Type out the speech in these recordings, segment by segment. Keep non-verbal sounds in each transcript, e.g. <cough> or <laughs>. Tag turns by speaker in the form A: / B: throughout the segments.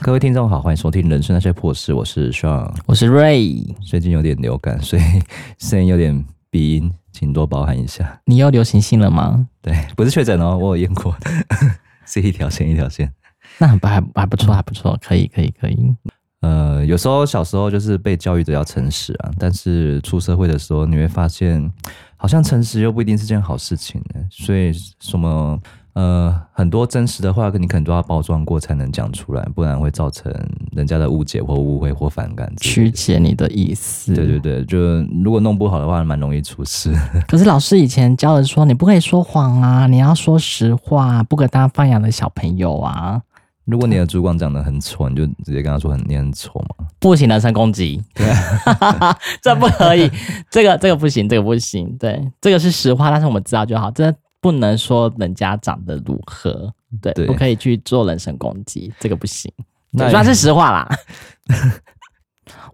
A: 各位听众好，欢迎收听《人生那些破事》，我是 Sean。
B: 我是 Ray，
A: 最近有点流感，所以 <laughs> 声音有点鼻音，请多包涵一下。
B: 你又流行性了吗？
A: 对，不是确诊哦，我有验过， <laughs> 是一条线一条线。
B: 那很不还还不
A: 嗯
B: 错，还不错，可以可以可以。
A: 呃，有时候小时候就是被教育着要诚实啊，但是出社会的时候，你会发现，好像诚实又不一定是件好事情呢。所以什么呃，很多真实的话，你可能都要包装过才能讲出来，不然会造成人家的误解或误会或反感之类
B: 曲
A: 的。
B: 解你的意思，
A: 对对对，就如果弄不好的话，蛮容易出事。 <laughs>
B: 可是老师以前教人说，你不可以说谎啊，你要说实话，不可当放养的小朋友啊，
A: 如果你的主管长得很丑，你就直接跟他说很你很丑嘛。
B: 不行，人身攻击， <laughs> 这不可以，这个这个不行，这个不行，对，这个是实话，但是我们知道就好，这不能说人家长得如何，对，
A: 对
B: 不可以去做人身攻击，这个不行。
A: 那
B: 对算是实话啦。 <laughs>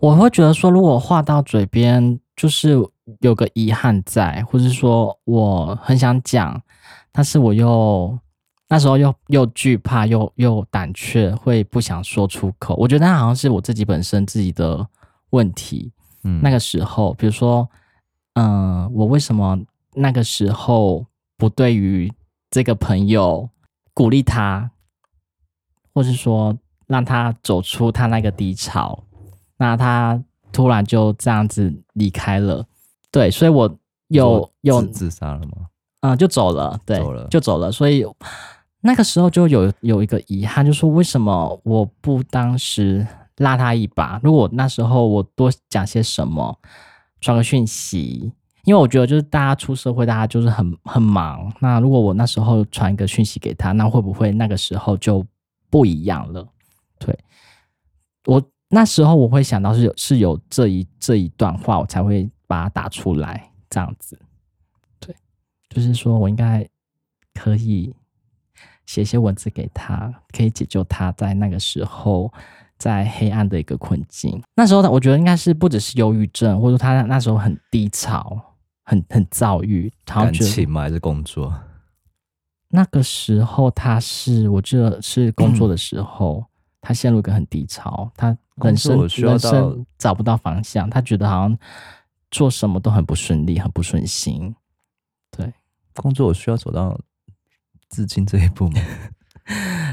B: 我会觉得说，如果话到嘴边，就是有个遗憾在，或是说我很想讲，但是我又那时候又又惧怕，又又胆怯，会不想说出口。我觉得那好像是我自己本身自己的问题。
A: 嗯
B: 那个时候，比如说，嗯、我为什么那个时候不对于这个朋友鼓励他，或是说让他走出他那个低潮，那他突然就这样子离开了，对，所以我有
A: 你
B: 有
A: 说自自杀了吗？
B: 嗯，就走了，对，
A: 走了
B: 就走了。所以那个时候就有有一个遗憾，就说为什么我不当时拉他一把？如果那时候我多讲些什么，传个讯息，因为我觉得就是大家出社会，大家就是很很忙。那如果我那时候传一个讯息给他，那会不会那个时候就不一样了？对我那时候我会想到是有是有这一这一段话，我才会把它打出来，这样子。就是说我应该可以写些文字给他，可以解救他在那个时候在黑暗的一个困境。那时候呢，我觉得应该是不只是忧郁症，或者说他那时候很低潮，很很躁郁，然后
A: 感
B: 觉得
A: 情吗？还是工作？
B: 那个时候他是我记得是工作的时候，他陷入一个很低潮，他
A: 工
B: 人
A: 作
B: 生
A: 需要
B: 人
A: 到
B: 生找不到方向，他觉得好像做什么都很不顺利，很不顺心。对，
A: 工作我需要走到至今这一步吗？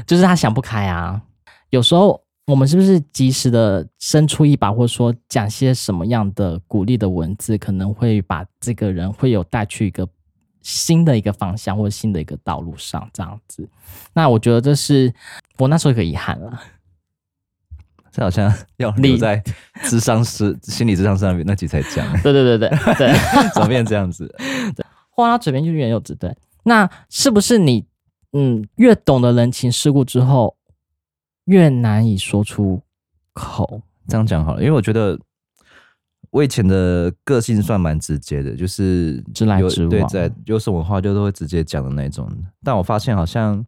B: 就是他想不开啊。有时候我们是不是及时的伸出一把，或者说讲些什么样的鼓励的文字，可能会把这个人会有带去一个新的一个方向，或者新的一个道路上这样子。那我觉得这是我那时候有个遗憾啊了。
A: <laughs> 这好像要留
B: 你
A: 在智商师、心理智商上面那集才 <laughs> 讲，
B: 对对对对对，
A: 怎么变这样子？
B: 话到嘴边就是言有之对。那是不是你嗯越懂得人情世故之后，越难以说出口？
A: 这样讲好了，因为我觉得我以前的个性算蛮直接的，就是
B: 直来
A: 有
B: 直往
A: 对，在有什么话就都会直接讲的那种。但我发现好像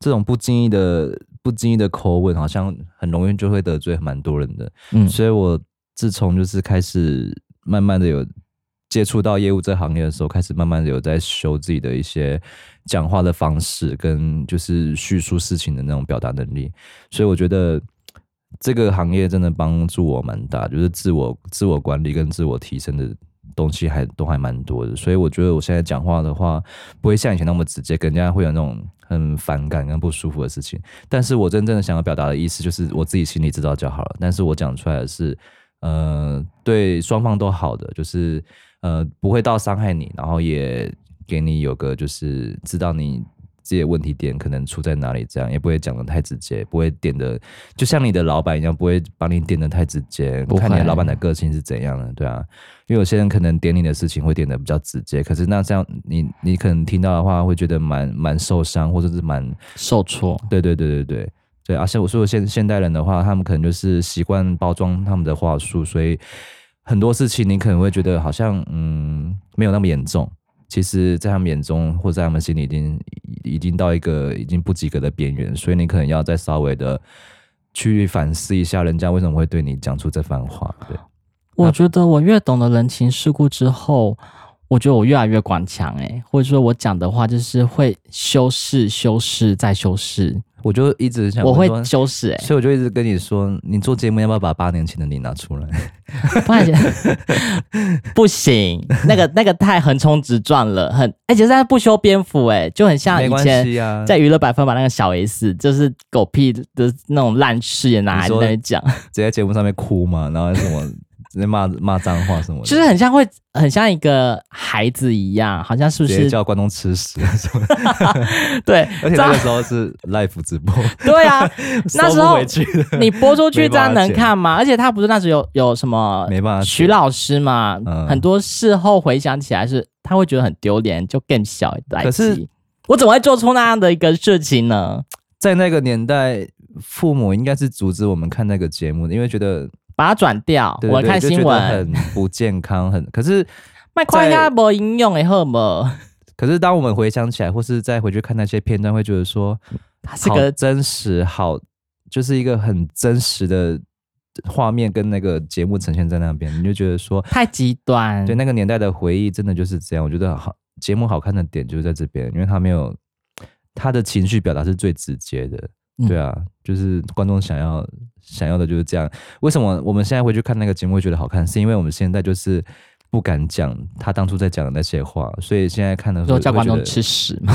A: 这种不经意的、不经意的口吻，好像很容易就会得罪蛮多人的。
B: 嗯，
A: 所以我自从就是开始慢慢的有接触到业务这行业的时候，开始慢慢的有在修自己的一些讲话的方式，跟就是叙述事情的那种表达能力。所以我觉得这个行业真的帮助我蛮大，就是自我自我管理跟自我提升的。东西还都还蛮多的，所以我觉得我现在讲话的话，不会像以前那么直接，跟人家会有那种很反感跟不舒服的事情。但是我真正的想要表达的意思就是我自己心里知道就好了。但是我讲出来的是，呃，对双方都好的，就是呃不会到伤害你，然后也给你有个就是知道你自己的问题点可能出在哪里，这样也不会讲的太直接，不会点的就像你的老板一样，不会把你点的太直接，
B: 不会
A: 看你的老板的个性是怎样的，对啊，因为有些人可能点你的事情会点的比较直接，可是那这样你你可能听到的话会觉得蛮蛮受伤，或者是蛮。
B: 受挫。
A: 对对对对对对，而且我说的现现代人的话，他们可能就是习惯包装他们的话术，所以很多事情你可能会觉得好像嗯没有那么严重，其实在他们眼中或在他们心里已经已经到一个已经不及格的边缘，所以你可能要再稍微的。去反思一下，人家为什么会对你讲出这番话？对，
B: 我觉得我越懂得人情世故之后，我觉得我越来越广强哎，或者说我讲的话就是会修饰、修饰再修饰，
A: 我就一直想
B: 我会
A: 问说
B: 修饰哎、 <laughs>
A: 所以我就一直跟你说，你做节目要不要把八年前的你拿出来？
B: 不然 <laughs> 不行，那个那个太横冲直撞了，很哎，其实他不修边幅哎，就很像
A: 没
B: 以
A: 关
B: 前
A: 系啊，
B: 在娱乐百分百那个小 S，就是狗屁的那种烂事也拿
A: 你
B: 来在
A: 说
B: 那里讲，
A: 直接在节目上面哭嘛，然后什么直接骂骂脏话什么的，
B: 就是很像会很像一个孩子一样，好像是不
A: 直接
B: 是？
A: 叫观众吃
B: <laughs>
A: 屎什么的。
B: 对，
A: <laughs> 而且
B: 这
A: 那
B: 样
A: 个时候是 live 直播， <laughs>
B: 对啊，那
A: 收
B: 时
A: 不
B: 候
A: 回去的，
B: 你播出去
A: 没
B: 这
A: 办法
B: 样能
A: 剪
B: 看吗？而且他不是那时候有有什么
A: 没办法剪。
B: 徐老师嘛，
A: 嗯
B: 很多事后回想起来是他会觉得很丢脸，就更小来
A: 可是
B: 气我怎么会做出那样的一个事情呢？
A: 在那个年代，父母应该是阻止我们看那个节目的，因为觉得
B: 把它转掉，
A: 对
B: 我
A: 对对
B: 看
A: 就觉
B: 新
A: 得
B: 闻，
A: 很不健康，很 <laughs> 可是
B: 卖快
A: 在
B: 呀，没应用的好么？
A: 可是当我们回想起来，或是再回去看那些片段，会觉得说
B: 它是
A: 好
B: 个
A: 真实，好就是一个很真实的画面跟那个节目呈现在那边，你就觉得说，
B: 太极端，
A: 对那个年代的回忆真的就是这样。我觉得好节目好看的点就是在这边，因为他没有他的情绪表达是最直接的。
B: 嗯
A: 对啊，就是观众想要想要的就是这样。为什么我们现在回去看那个节目会觉得好看？是因为我们现在就是不敢讲他当初在讲的那些话，所以现在看的时候
B: 就叫
A: 会
B: 观
A: 觉
B: 众
A: 得
B: 吃屎嘛。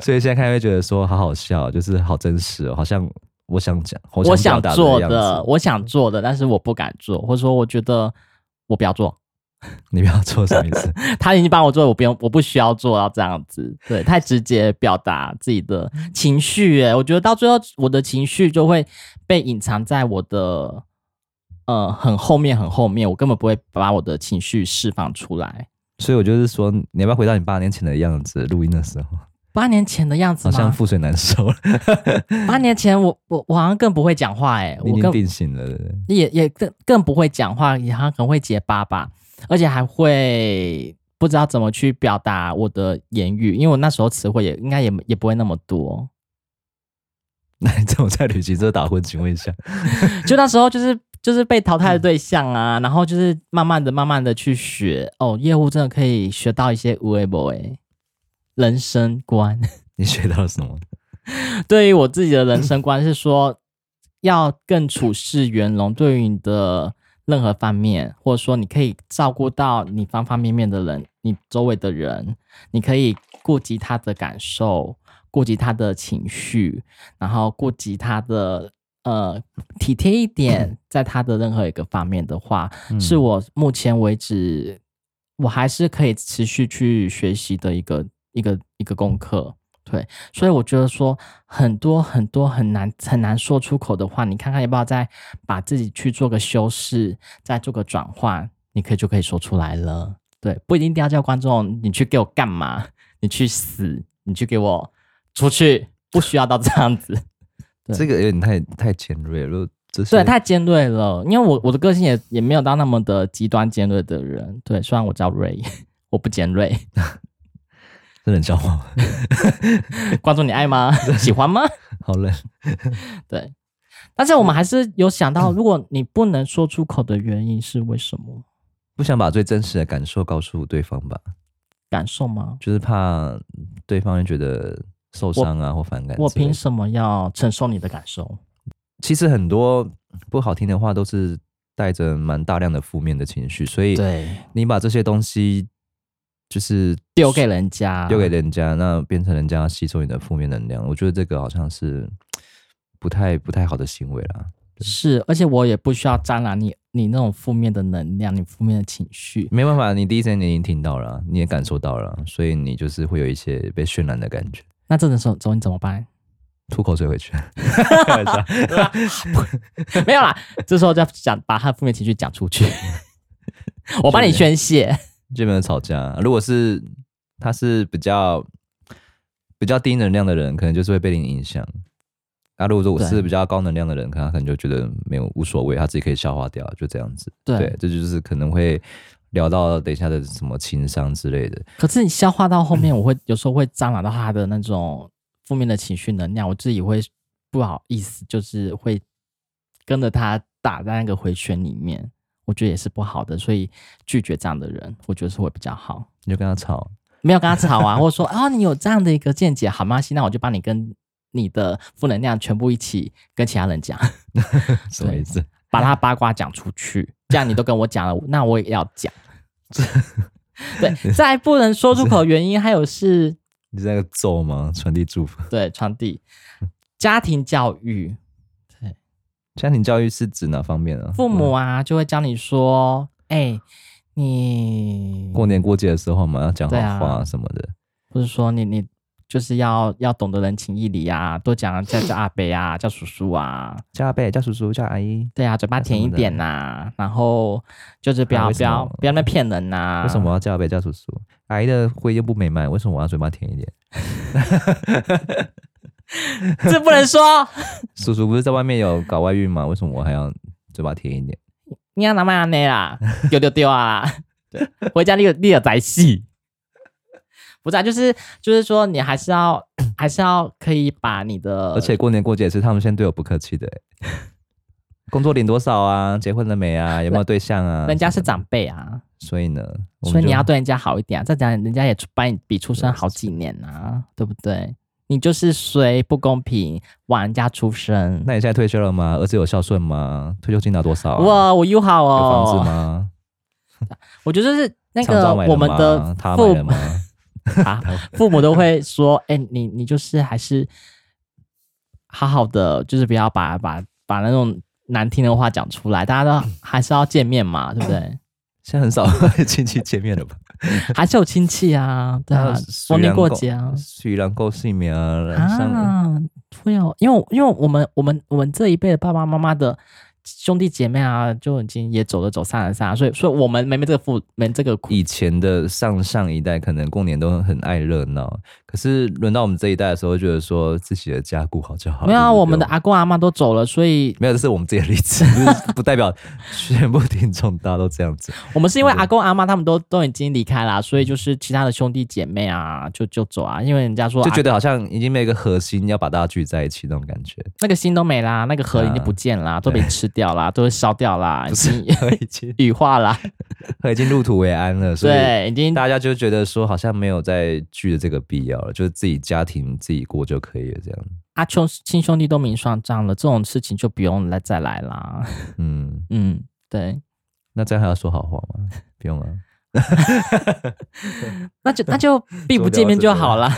A: 所以现在看会觉得说好好笑，就是好真实、哦，好像我想讲，
B: 我
A: 想表
B: 想
A: 达
B: 做
A: 样
B: 的，
A: 子。
B: 我想做的，但是我不敢做，或者说我觉得我不要做，
A: <laughs>
B: <laughs>
A: 你不要做什么意思？
B: 他已经帮我做，我不用，我不需要做到这样子，对，太直接表达自己的情绪，哎，我觉得到最后我的情绪就会被隐藏在我的呃很后面很后面，我根本不会把我的情绪释放出来。
A: 所以我就是说，你要不要回到你八年前的样子？录音的时候，
B: 八年前的样子
A: 好像
B: 吗？
A: 覆水难收了，
B: 八年前我我我好像更不会讲话，哎，
A: 你
B: 我
A: 已
B: 更
A: 经定型了，对不对？ <laughs>
B: 也也更更不会讲话，也好像很会结巴吧，而且还会不知道怎么去表达我的言语，因为我那时候词汇也应该也也不会那么多，
A: 那你怎么在旅行社打混？请问一下， <laughs>
B: 就那时候就是就是被淘汰的对象啊，然后就是慢慢的慢慢的去学哦，业务真的可以学到一些无为 b 诶人生观。
A: 你学到了什么？
B: <laughs> 对于我自己的人生观是说，要更处事圆融，对于你的任何方面，或者说你可以照顾到你方方面面的人，你周围的人，你可以顾及他的感受，顾及他的情绪，然后顾及他的。呃，体贴一点，在他的任何一个方面的话，
A: 嗯
B: 是我目前为止我还是可以持续去学习的一个一个一个功课。对，所以我觉得说很多很多很难很难说出口的话，你看看要不要再把自己去做个修饰，再做个转换，你可以就可以说出来了。对，不一定要叫观众你去给我干嘛，你去死，你去给我出去，不需要到这样子。对
A: 这个有点太太尖锐了，如果这是
B: 对，太尖锐了。因为我我的个性也也没有到那么的极端尖锐的人。对，虽然我叫瑞， <laughs> 我不尖
A: <laughs>
B: 锐。
A: 是冷笑话吗，
B: 观众你爱吗？喜欢吗？
A: <laughs> 好冷。
B: 对。但是我
A: 嗯
B: 们还是有想到，如果你不能说出口的原因是为什么？
A: 不想把最真实的感受告诉对方吧，
B: 感受吗？
A: 就是怕对方会觉得受伤啊或反感之类的。
B: 我凭什么要承受你的感受？
A: 其实很多不好听的话都是带着蛮大量的负面的情绪，所以
B: 对，
A: 你把这些东西就是
B: 丢给人家，
A: 丢给人家，那变成人家吸收你的负面能量，我觉得这个好像是不太不太好的行为啦。
B: 是，而且我也不需要沾染你你那种负面的能量，你负面的情绪。
A: 没办法，你第一时间你已经听到了啊，你也感受到了啊，所以你就是会有一些被渲染的感觉，
B: 那这种时候，时候你怎么
A: <laughs>
B: 办？
A: 吐口水回去。 <laughs>
B: 没有啦，这时候就要讲把他的负面情绪讲
A: <laughs>
B: 出去，我帮你宣泄。
A: 这边有吵架啊，如果是他是比较比较低能量的人，可能就是会被你影响。那、如果说我
B: 对
A: 是比较高能量的人，可能他可能就觉得没有无所谓，他自己可以消化掉，就这样子。
B: 对，
A: 这就是可能会聊到等一下的什么情商之类的。
B: 可是你消化到后面，我会有时候会沾染到他的那种负面的情绪能量，我自己会不好意思，就是会跟着他打在那个回圈里面，我我觉得也是不好的，所以拒绝这样的人，我觉得是会比较好。
A: 你就跟他吵，
B: 没有跟他吵啊，或者说啊、你有这样的一个见解，好吗？行那我就帮你跟你的负能量全部一起跟其他人讲，
A: 什么意思？ <laughs>
B: 把他八卦讲出去，这样你都跟我讲了，那我也要讲。对，在不能说出口的原因，还有是
A: 你是那个咒吗？传递祝福？
B: 对传递家庭教育，
A: 家庭教育是指哪方面啊？
B: 父母啊就会教你说，哎、你
A: 过年过节的时候嘛，要讲好
B: 对啊
A: 话啊什么的。
B: 不是说你你就是要要懂得人情义理啊，多讲叫叫阿伯啊，叫叔叔啊，
A: 叫阿伯，叫叔叔，叫阿姨。
B: 对啊，嘴巴甜一点呐、然后就是不
A: 啊
B: 要
A: 为
B: 不
A: 什么
B: 要不要那骗人呐、
A: 为什么我要叫阿伯叫叔叔？阿姨的会又不美满，为什么我要嘴巴甜一
B: <laughs>
A: 点？
B: 这不能说？
A: 叔叔不是在外面有搞外遇吗？为什么我还要嘴巴甜一点？
B: 你要拿麦安内啦，丢丢丢啊！对，回家你有你有宅戏，不是啊，就是就是说你还是要还是要可以把你的，
A: 而且过年过节也是他们现在对我不客气的、
B: <laughs>
A: 欸。工作领多少啊？结婚了没
B: <laughs>
A: 啊？有没有对象啊？
B: 人家是长辈啊，
A: 所以呢，我们
B: 所以
A: 就
B: 你要对人家好一点啊，再讲人家也出把你比出生好几年啊，对不对？你就是谁不公平，往人家出生。
A: 那你现在退休了吗？儿子有孝顺吗？退休金拿多少、啊？
B: 哇，我又好
A: 有
B: 哦，
A: 房子吗？
B: 我觉得就是 <laughs> 那
A: 长照
B: 个
A: 买
B: 我
A: 了
B: 们
A: 吗
B: 的
A: 他买
B: 父
A: 了吗？<laughs>
B: <laughs> 啊，父母都会说：“ <laughs> 哎、你你就是还是好好的，就是不要把把把那种难听的话讲出来，大家都还是要见面嘛，对
A: <laughs>
B: 不对？
A: 现在很少和亲戚见面了吧？
B: 还是有亲戚啊，对啊，逢年过节啊，
A: 虽然够姓名啊，像
B: 啊，会有，因为我因为我们我们我们这一辈的爸爸妈妈的。”兄弟姐妹啊，就已经也走了走，散了散了，所以，所以我们没没这个父没这个苦，
A: 以前的上上一代，可能过年都很爱热闹，可是轮到我们这一代的时候，觉得说自己的家顾好就好。
B: 没有啊，
A: 就是
B: 我们的
A: 不用
B: 阿公阿妈都走了，所以
A: 没有，这是我们自己的例
B: <laughs>
A: 子，就是不代表 <laughs> 全部听众大家都这样子。
B: 我们是因为
A: 好的
B: 阿公阿妈他们都都已经离开啦，所以就是其他的兄弟姐妹啊，就就走啊，因为人家说
A: 就
B: 啊
A: 觉得好像已经没有一个核心要把大家聚在一起那种感
B: <laughs>
A: 觉，
B: 那个心都没啦，那个河已经
A: 啊
B: 不见啦，都被吃掉啦，都被烧掉啦，已
A: 不是
B: 经 <laughs>
A: 已经
B: 羽化啦，
A: 已经入土为安了，所以
B: 对，已经
A: 大家就觉得说好像没有再聚的这个必要了，就是自己家庭自己过就可以了，这样。
B: 阿兄亲兄弟都明算账了，这种事情就不用来再来啦。
A: 嗯，
B: 嗯，对，
A: 那这样还要说好话吗？不用啊，
B: 那就那就避不见面就好了。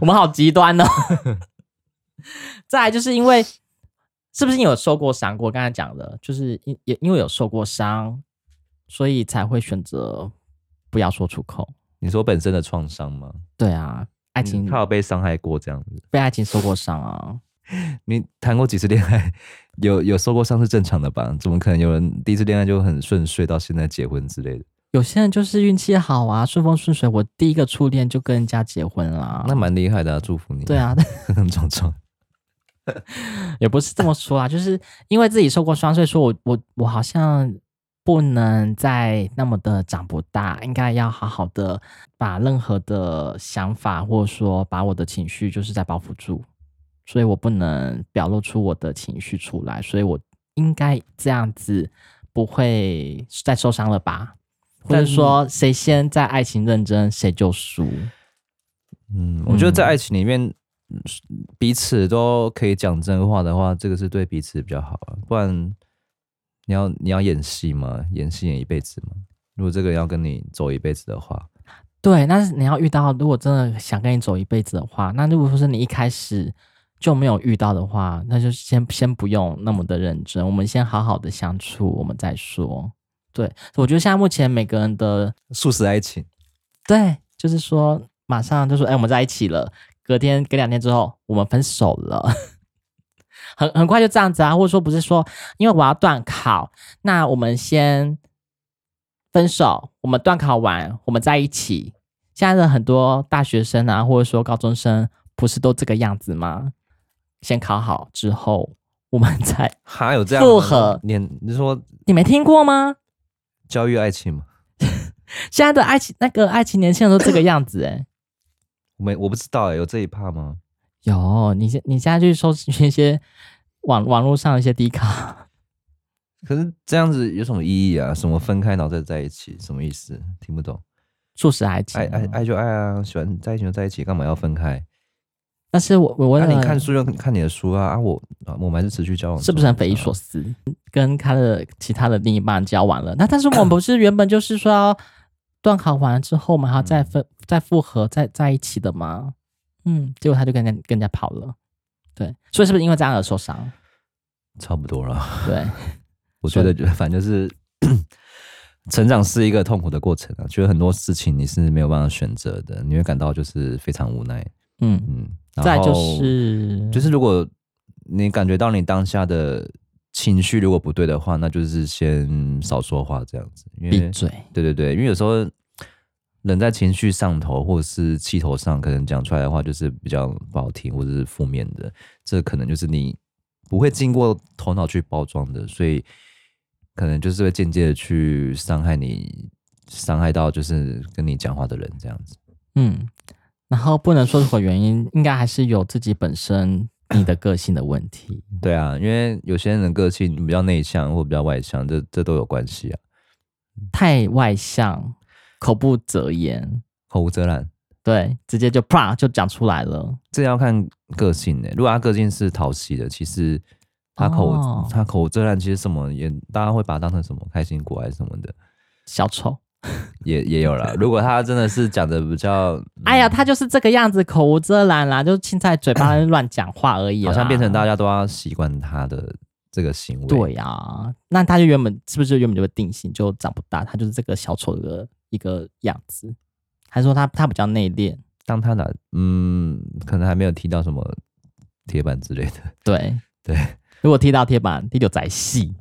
B: 我们好极端哦。再来就是因为，是不是你有受过伤过？刚才讲的，就是因也因为有受过伤，所以才会选择不要说出口。
A: 你说本身的创伤吗？
B: 对啊，爱情、
A: 嗯他有被伤害过这样子？
B: 被爱情受过伤啊，
A: 你谈过几次恋爱？有 <laughs> 有受过伤是正常的吧？怎么可能有人第一次恋爱就很顺遂，到现在结婚之类的？
B: 有些人就是运气好啊，顺风顺水。我第一个初恋就跟人家结婚啦。
A: 那蛮厉害的、啊，祝福你。 <laughs>
B: 对，啊，
A: 横横撞撞。
B: 也不是这么说啊，就是因为自己受过伤，所以说我我我好像不能再那么的长不大，应该要好好的把任何的想法或者说把我的情绪就是在包袱住，所以我不能表露出我的情绪出来，所以我应该这样子不会再受伤了吧？或者
A: 但
B: 说谁先在爱情认真，谁就输。
A: 嗯，我觉得在
B: 嗯
A: 爱情里面，嗯彼此都可以讲真话的话，这个是对彼此比较好啊。不然，你要你要演戏吗？演戏演一辈子吗？如果这个人要跟你走一辈子的话，
B: 对，但是你要遇到，如果真的想跟你走一辈子的话，那如果说是你一开始就没有遇到的话，那就先先不用那么的认真，我们先好好的相处，我们再说。对，我觉得现在目前每个人的
A: 素食爱情，
B: 对，就是说马上就说，哎、我们在一起了，隔天隔两天之后，我们分手了。 <laughs> 很很快就这样子啊，或者说不是说，因为我要断考，那我们先分手，我们断考完，我们在一起。现在的很多大学生啊，或者说高中生，不是都这个样子吗？先考好之后，我们再…… <laughs>
A: 还有这样
B: 复合
A: 你你说
B: 你没听过吗？
A: 教育爱情吗？
B: 现在的爱情，那个爱情年轻人都这个样子、哎，
A: 我没我不知道哎、有这一趴吗？
B: 有，你现你现在去搜寻一些网网络上的一些低卡，
A: 可是这样子有什么意义啊？什么分开然后再在一起，什么意思？听不懂。
B: 素食爱情
A: 爱
B: 啊，
A: 爱爱就爱啊，喜欢在一起就在一起，干嘛要分开？
B: 但是啊我我
A: 那、
B: 问了
A: 你看书就看你的书啊啊！我啊我们还是持续交往，
B: 是不是很匪夷所思？跟他的其他的另一半交往了，那但是我们不是原本就是说要断考完之后，我们还要
A: 嗯
B: 再分、再复合、再在一起的吗？嗯，结果他就跟人家跟人家跑了，对，所以是不是因为这样而受伤？
A: 差不多了。
B: 对，
A: 我觉得就 <laughs> 反正就是 <clears throat> 成长是一个痛苦的过程啊，觉得很多事情你是没有办法选择的，你会感到就是非常无奈。
B: 嗯，
A: 嗯，然
B: 再就
A: 后
B: 是
A: 就是如果你感觉到你当下的情绪如果不对的话，那就是先少说话这样子，因为
B: 闭嘴，
A: 对对对，因为有时候人在情绪上头或者是气头上，可能讲出来的话就是比较不好听，或者是负面的，这可能就是你不会经过头脑去包装的，所以可能就是会间接的去伤害你，伤害到就是跟你讲话的人这样子。
B: 嗯，然后不能说出口原因，应该还是有自己本身你的个性的问题。
A: 对啊，因为有些人的个性比较内向或比较外向，这这都有关系啊，
B: 太外向，口不择言，
A: 口无遮拦。
B: 对，直接就啪就讲出来了。
A: 这要看个性欸呢、如果他个性是讨喜的，其实他口、
B: 哦
A: 他口无遮拦，其实什么也大家会把他当成什么开心果还是什么的，
B: 小丑，
A: 也也有
B: <laughs>
A: 啦。如果他真的是讲的比较，
B: 哎呀，他就是这个样子，口无遮拦啦，就是青菜
A: <clears throat>
B: 嘴巴乱讲话而已啦。
A: 好像变成大家都要习惯他的这个行为。
B: 对呀、那他就原本是不是就原本就会定型，就长不大，他就是这个小丑的一个样子。还说他他比较内敛，
A: 当他拿嗯，可能还没有提到什么铁板之类的， <laughs>
B: 对
A: 对。
B: 如果踢到铁板，第九宅系，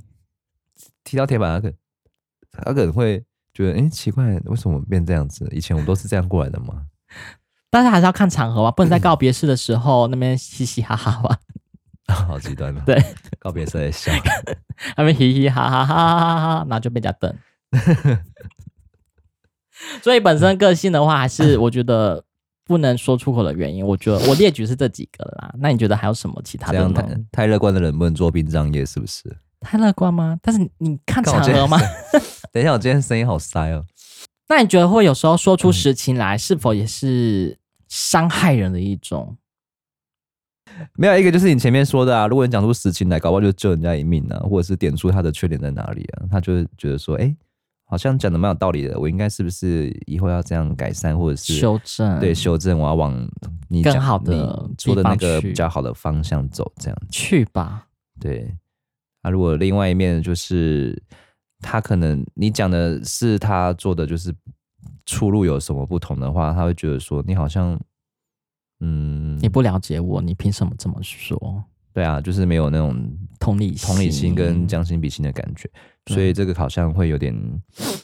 A: 提到铁板，他可他可能会觉得，哎、奇怪，为什么变这样子？以前我们都是这样过来的吗？ <laughs>
B: 但是还是要看场合吧，不能在告别式的时候那边嘻嘻哈哈
A: <laughs>
B: 吧，
A: 好极端哦。
B: 对，
A: 告别式也笑。
B: 那边嘻嘻哈哈哈哈哈哈，然后就被人家
A: <laughs>
B: 瞪。所以本身个性的话，还是我觉得不能说出口的原因。我觉得我列举是这几个啦，那你觉得还有什么其他
A: 这
B: 的
A: 样
B: 呢
A: 太？太乐观的人不能做殡葬业，是不是？
B: 太乐观吗？但是你你看
A: 看我
B: 场
A: 今天
B: 合吗？
A: <laughs> 等一下，我今天声音好塞哦。
B: <laughs> 那你觉得会有时候说出实情来，是否也是伤害人的一种？
A: 没有一个就是你前面说的啊，如果你讲出实情来，搞不好就救人家一命啊，或者是点出他的缺点在哪里啊，他就会觉得说，哎、好像讲的蛮有道理的，我应该是不是以后要这样改善，或者是
B: 修正
A: 嗯对修正，我要往你
B: 更
A: 讲
B: 好的
A: 你说的
B: 地
A: 那
B: 方
A: 个
B: 去
A: 比较好的方向走，这样
B: 去吧，
A: 对。那、如果另外一面就是他可能你讲的是他做的就是出路有什么不同的话，他会觉得说你好像嗯
B: 你，不了解我，你凭什么这么说？
A: 对啊，就是没有那种
B: 同理
A: 同理心跟将心比心的感觉，
B: 对
A: 所以这个好像会
B: <laughs>
A: 有点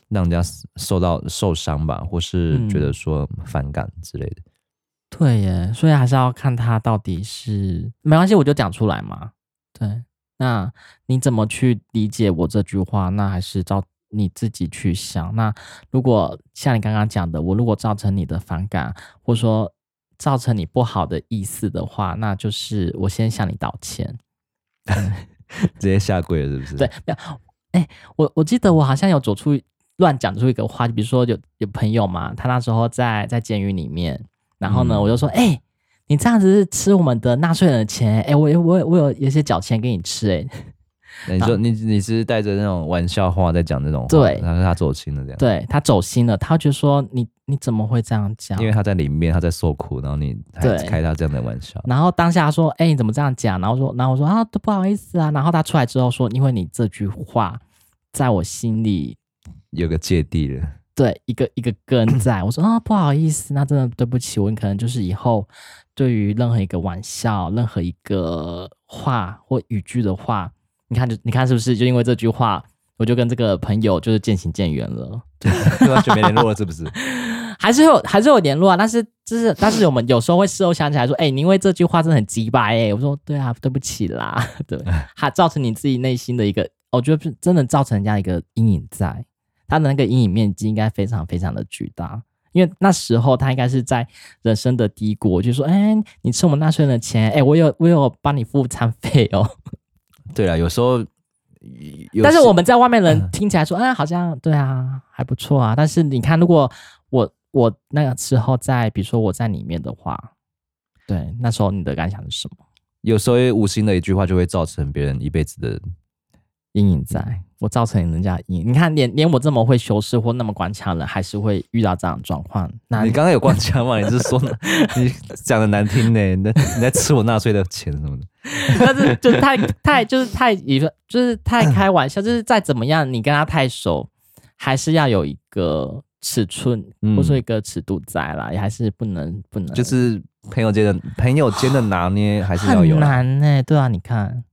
A: 让人家受到受伤吧，或是觉
B: 嗯
A: 得说反感之类的。
B: 对耶，所以还是要看他到底是没关系，我就讲出来嘛。对，那你怎么去理解我这句话？那还是照你自己去想。那如果像你刚刚讲的，我如果造成你的反感，或说造成你不好的意思的话，那就是我先向你道歉。
A: 直接下跪了是不是？
B: 对，，没有，哎、我我记得我好像有走出乱讲出一个话，就比如说有有朋友嘛，他那时候在在监狱里面，然后呢，
A: 嗯
B: 我就说，哎、你这样子是吃我们的纳税人的钱、哎、我有我有我有一些缴钱给你吃、
A: 嗯那
B: 哎，
A: 你说你你是带着那种玩笑话在讲那种话，
B: 对
A: 然后他走心了这样，，
B: 对他走心了，他就说你你怎么会这样讲
A: 因？为他在里面他在受苦，然后你还
B: 对
A: 开他这样的玩笑，
B: 然后当下说，哎、你怎么这样讲？然后说，然后我说啊，都不好意思啊。然后他出来之后说，因为你这句话在我心里
A: 有个芥蒂
B: <laughs>
A: 了。
B: 对一个一个根在。我说啊，不好意思，那真的对不起，我可能就是以后对于任何一个玩笑、任何一个话或语句的话，你看就你看是不是就因为这句话，我就跟这个朋友就是渐行渐远了，
A: 完全没联络了，是不 <laughs> 是？
B: 还是有还是有联络啊，但是就是但是我们有时候会事后想起来说，哎、你因为这句话真的很鸡巴哎，我说对啊，对不起啦， <laughs> 对，还造成你自己内心的一个，我觉得是真的造成人家一个阴影在，他的那个阴影面积应该非常非常的巨大。因为那时候他应该是在人生的低谷，就说：“哎、你吃我们纳税人的钱，哎、我有我有帮你付餐费哦。
A: 对啊，有时候有
B: 但是
A: 些
B: 我们在外面人听起来说，嗯，好像对啊，还不错啊。但是你看，如果我我那个时候在，比如说我在里面的话，对，那时候你的感想是什么？
A: 有时候无心的一句话就会造成别人一辈子的
B: 阴影在，
A: 嗯
B: 我造成人家的阴影。你看，连连我这么会修饰或那么关腔的人，还是会遇到这样的状况。那 <laughs>
A: 你刚刚有关腔吗？你是说你讲的难听呢、你在你在吃我纳税的钱什么的？
B: 但是就是太太就是太
A: <laughs>
B: 一个就是太开玩笑，就是再怎么样，你跟他太熟，还是要有一个尺寸、
A: 嗯
B: 或者说一个尺度在啦，也还是不能不能
A: 就是朋友间的朋友间的拿捏还是要有
B: 很
A: 啦，
B: 难呢、对啊，你看，